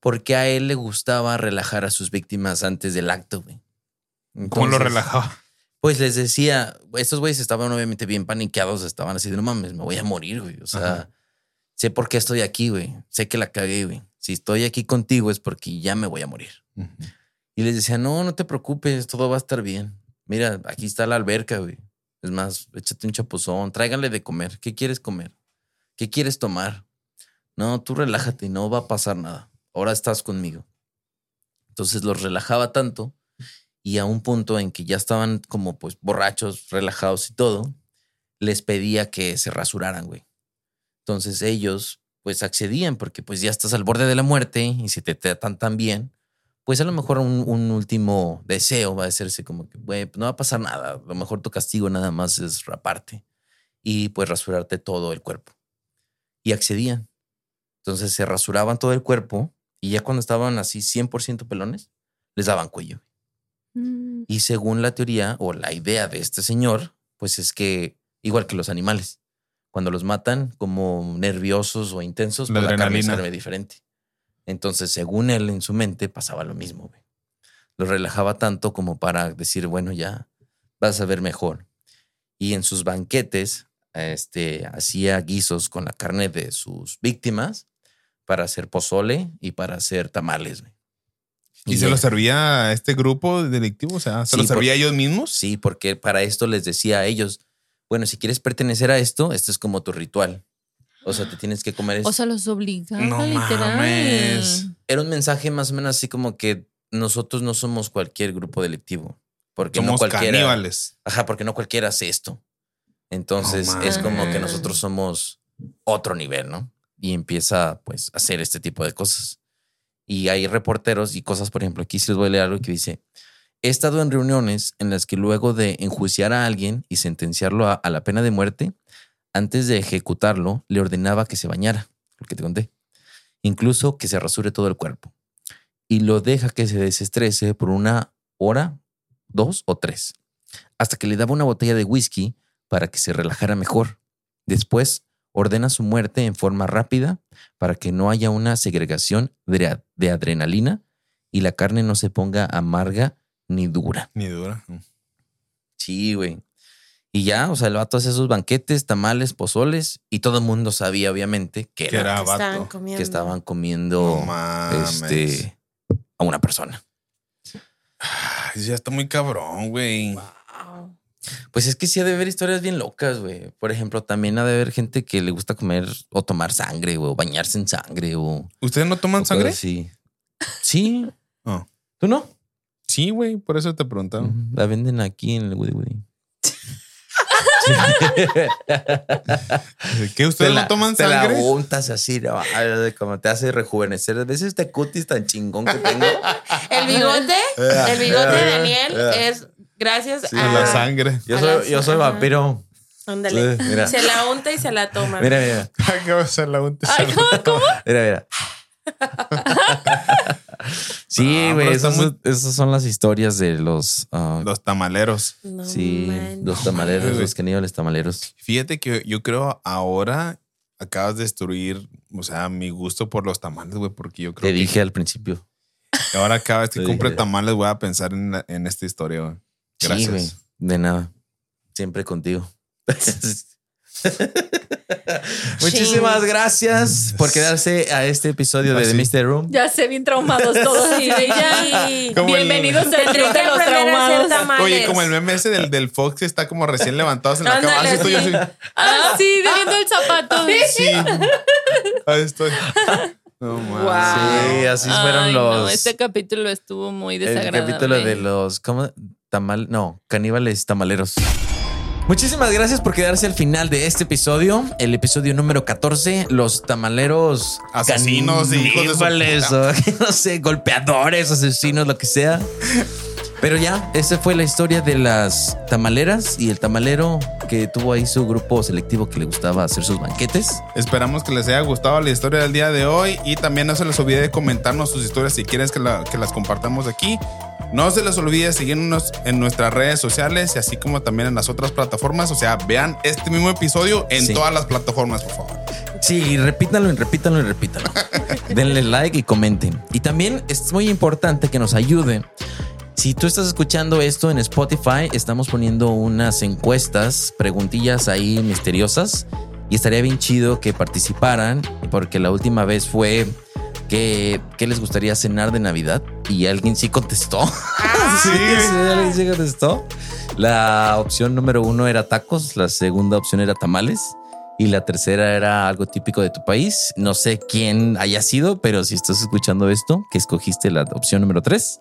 [SPEAKER 1] Porque a él le gustaba relajar a sus víctimas antes del acto, güey.
[SPEAKER 2] ¿Cómo lo
[SPEAKER 1] Entonces,
[SPEAKER 2] relajaba?
[SPEAKER 1] Pues les decía, estos güeyes estaban obviamente bien paniqueados, estaban así de no mames, me voy a morir, güey. O sea,
[SPEAKER 2] Ajá.
[SPEAKER 1] sé por qué estoy aquí, güey. Sé que la cagué, güey. Si estoy aquí contigo es porque ya me voy a morir. Y les decía, no, no te preocupes, todo va a estar bien. Mira, aquí está la alberca, güey. Es más, échate un chapuzón, tráiganle de comer. ¿Qué quieres comer? ¿Qué quieres tomar? No, tú relájate, no va a pasar nada. Ahora estás conmigo. Entonces los relajaba tanto y a un punto en que ya estaban como pues borrachos, relajados y todo, les pedía que se rasuraran, güey. Entonces ellos pues accedían porque pues ya estás al borde de la muerte y si te tratan tan bien, pues a lo mejor un, un último deseo va a hacerse como que, güey, pues, no va a pasar nada. A lo mejor tu castigo nada más es raparte y pues rasurarte todo el cuerpo. Y accedían. Entonces se rasuraban todo el cuerpo y ya cuando estaban así 100% pelones, les daban cuello. Y según la teoría o la idea de este señor, pues es que, igual que los animales, cuando los matan como nerviosos o intensos,
[SPEAKER 2] La
[SPEAKER 1] pues la carne
[SPEAKER 2] adrenalina.
[SPEAKER 1] sabe diferente. Entonces, según él en su mente, pasaba lo mismo. güey. Lo relajaba tanto como para decir, bueno, ya vas a ver mejor. Y en sus banquetes, este, hacía guisos con la carne de sus víctimas para hacer pozole y para hacer tamales. güey.
[SPEAKER 2] ¿Y, se
[SPEAKER 1] ya-
[SPEAKER 2] lo servía a este grupo delictivo? O sea, ¿se
[SPEAKER 1] Sí,
[SPEAKER 2] lo
[SPEAKER 1] porque-
[SPEAKER 2] servía a ellos mismos?
[SPEAKER 1] Sí, porque para esto les decía a ellos, bueno, si quieres pertenecer a esto, este es como tu ritual. O sea, te tienes que comer esto.
[SPEAKER 4] O sea, los obligaba,
[SPEAKER 2] No
[SPEAKER 4] literal.
[SPEAKER 2] mames.
[SPEAKER 1] Era un mensaje más o menos así como que nosotros no somos cualquier grupo delictivo. Porque no
[SPEAKER 2] Somos
[SPEAKER 1] cualquiera.
[SPEAKER 2] caníbales.
[SPEAKER 1] Ajá, porque no cualquiera hace esto. Entonces
[SPEAKER 2] No
[SPEAKER 1] es como que
[SPEAKER 4] mames.
[SPEAKER 1] nosotros somos otro nivel, ¿no? Y empieza pues a hacer este tipo de cosas. Y hay reporteros y cosas, por ejemplo, aquí sí les voy a leer algo que dice, he estado en reuniones en las que luego de enjuiciar a alguien y sentenciarlo a, a la pena de muerte, antes de ejecutarlo, le ordenaba que se bañara, lo que te conté, incluso que se rasure todo el cuerpo. Y lo deja que se desestrese por una hora, dos o tres hasta que le daba una botella de whisky para que se relajara mejor. Después, ordena su muerte en forma rápida para que no haya una segregación de, a- de adrenalina y la carne no se ponga amarga ni dura.
[SPEAKER 2] Ni dura.
[SPEAKER 1] Sí, güey. Y ya, o sea, el vato hace sus banquetes, tamales, pozoles y todo el mundo sabía, obviamente, que,
[SPEAKER 2] Que
[SPEAKER 1] era-
[SPEAKER 2] era
[SPEAKER 5] Que estaban
[SPEAKER 2] vato.
[SPEAKER 5] comiendo.
[SPEAKER 1] que estaban comiendo
[SPEAKER 2] No mames.
[SPEAKER 1] Oh, este, a una persona.
[SPEAKER 2] Ay, ya está muy cabrón, güey.
[SPEAKER 5] Wow.
[SPEAKER 1] Pues es que sí ha de haber historias bien locas, güey. Por ejemplo, también ha de haber gente que le gusta comer o tomar sangre, güey, o bañarse en sangre, o.
[SPEAKER 2] ¿Ustedes no toman sangre?
[SPEAKER 1] Sí. Sí.
[SPEAKER 2] Ah.
[SPEAKER 1] ¿Tú no?
[SPEAKER 2] Sí, güey, por eso te preguntaba.
[SPEAKER 1] Ujú. La venden aquí en el Woody Woody.
[SPEAKER 2] Dice, ¿Qué ustedes no toman
[SPEAKER 1] te la
[SPEAKER 2] sangre?
[SPEAKER 1] untas así, ¿no? Ay, como te hace rejuvenecer. A veces este cutis tan chingón que tengo.
[SPEAKER 5] El bigote,
[SPEAKER 1] Eh,
[SPEAKER 5] el bigote de Daniel es Ah. gracias
[SPEAKER 2] Eh. Sí,
[SPEAKER 5] a
[SPEAKER 2] la sangre.
[SPEAKER 1] Yo soy, yo soy vampiro.
[SPEAKER 5] Ándale.
[SPEAKER 1] Sí, mira.
[SPEAKER 5] Se la unta y se la toma.
[SPEAKER 1] Mira, mira,
[SPEAKER 2] Acabo de hacer la unta.
[SPEAKER 4] Ay, ¿cómo, cómo?
[SPEAKER 1] mira, mira. Sí,
[SPEAKER 2] No,
[SPEAKER 1] güey,
[SPEAKER 2] pero está
[SPEAKER 1] esas,
[SPEAKER 2] muy-
[SPEAKER 1] esas son las historias de los... ah,
[SPEAKER 2] Los tamaleros.
[SPEAKER 5] No
[SPEAKER 1] sí,
[SPEAKER 5] manches.
[SPEAKER 1] los tamaleros,
[SPEAKER 2] Güey.
[SPEAKER 1] los caníbales tamaleros.
[SPEAKER 2] Fíjate que yo creo ahora acabas de destruir, o sea, mi gusto por los tamales, güey, porque yo creo
[SPEAKER 1] Te
[SPEAKER 2] que
[SPEAKER 1] dije al principio.
[SPEAKER 2] ahora cada vez que
[SPEAKER 1] Te dije.
[SPEAKER 2] compre tamales voy a pensar en, la- en esta historia, güey.
[SPEAKER 1] Sí,
[SPEAKER 2] Gracias.
[SPEAKER 1] güey, de nada. Siempre contigo. Muchísimas gracias por quedarse a este episodio de The
[SPEAKER 2] Así.
[SPEAKER 1] Mystery Room.
[SPEAKER 4] Ya sé, bien traumados todos. así de ya.
[SPEAKER 5] Sí.
[SPEAKER 2] Como el-
[SPEAKER 4] Bienvenidos al
[SPEAKER 5] Tendré
[SPEAKER 4] club
[SPEAKER 5] que
[SPEAKER 4] de los
[SPEAKER 5] aprender a hacer
[SPEAKER 4] traumados.
[SPEAKER 5] tamales.
[SPEAKER 2] Oye, como el meme ese del, del Fox que está como recién levantados en la cama.
[SPEAKER 5] Ándale,
[SPEAKER 2] Así estoy,
[SPEAKER 5] sí.
[SPEAKER 2] así.
[SPEAKER 4] Ah, sí, debiendo el zapato.
[SPEAKER 2] Sí. Ahí estoy. No mames.
[SPEAKER 1] Sí, así fueron
[SPEAKER 4] Ay,
[SPEAKER 1] los.
[SPEAKER 4] No, este capítulo estuvo muy
[SPEAKER 1] el
[SPEAKER 4] desagradable.
[SPEAKER 1] capítulo de los. ¿Cómo? Tamal. No, caníbales tamaleros. Muchísimas gracias por quedarse al final de este episodio, el episodio número 14, los tamaleros
[SPEAKER 2] Asesinos y hijos de su
[SPEAKER 1] caníbales, o no sé, golpeadores, asesinos, lo que sea. Pero ya, esa fue la historia de las tamaleras y el tamalero que tuvo ahí su grupo selectivo que le gustaba hacer sus banquetes.
[SPEAKER 2] Esperamos que les haya gustado la historia del día de hoy y también no se les olvide de comentarnos sus historias si quieres que, la- que las compartamos aquí. No se les olvide seguirnos en nuestras redes sociales y así como también en las otras plataformas. O sea, vean este mismo episodio en
[SPEAKER 1] Sí.
[SPEAKER 2] todas las plataformas, por favor.
[SPEAKER 1] Sí, y repítanlo y repítanlo y repítanlo. Denle like y comenten. Y también es muy importante que nos ayuden. Si tú estás escuchando esto en Spotify, estamos poniendo unas encuestas, preguntillas ahí misteriosas. Y estaría bien chido que participaran, porque la última vez fue que, ¿qué les gustaría cenar de Navidad? Y alguien sí contestó. sí, alguien sí contestó. La opción número uno era tacos, la segunda opción era tamales. Y la tercera era algo típico de tu país. No sé quién haya sido, pero si estás escuchando esto, que escogiste la opción número 3,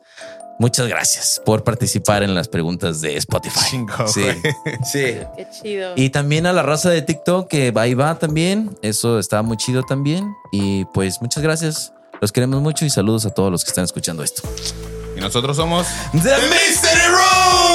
[SPEAKER 1] muchas gracias por participar en las preguntas de Spotify.
[SPEAKER 2] Chingo,
[SPEAKER 1] sí,
[SPEAKER 2] güey.
[SPEAKER 1] sí.
[SPEAKER 5] Qué chido.
[SPEAKER 1] Y también a la raza de TikTok, que va y va también. Eso está muy chido también. Y pues muchas gracias. Los queremos mucho y saludos a todos los que están escuchando esto.
[SPEAKER 2] Y nosotros somos
[SPEAKER 1] The Mystery Room.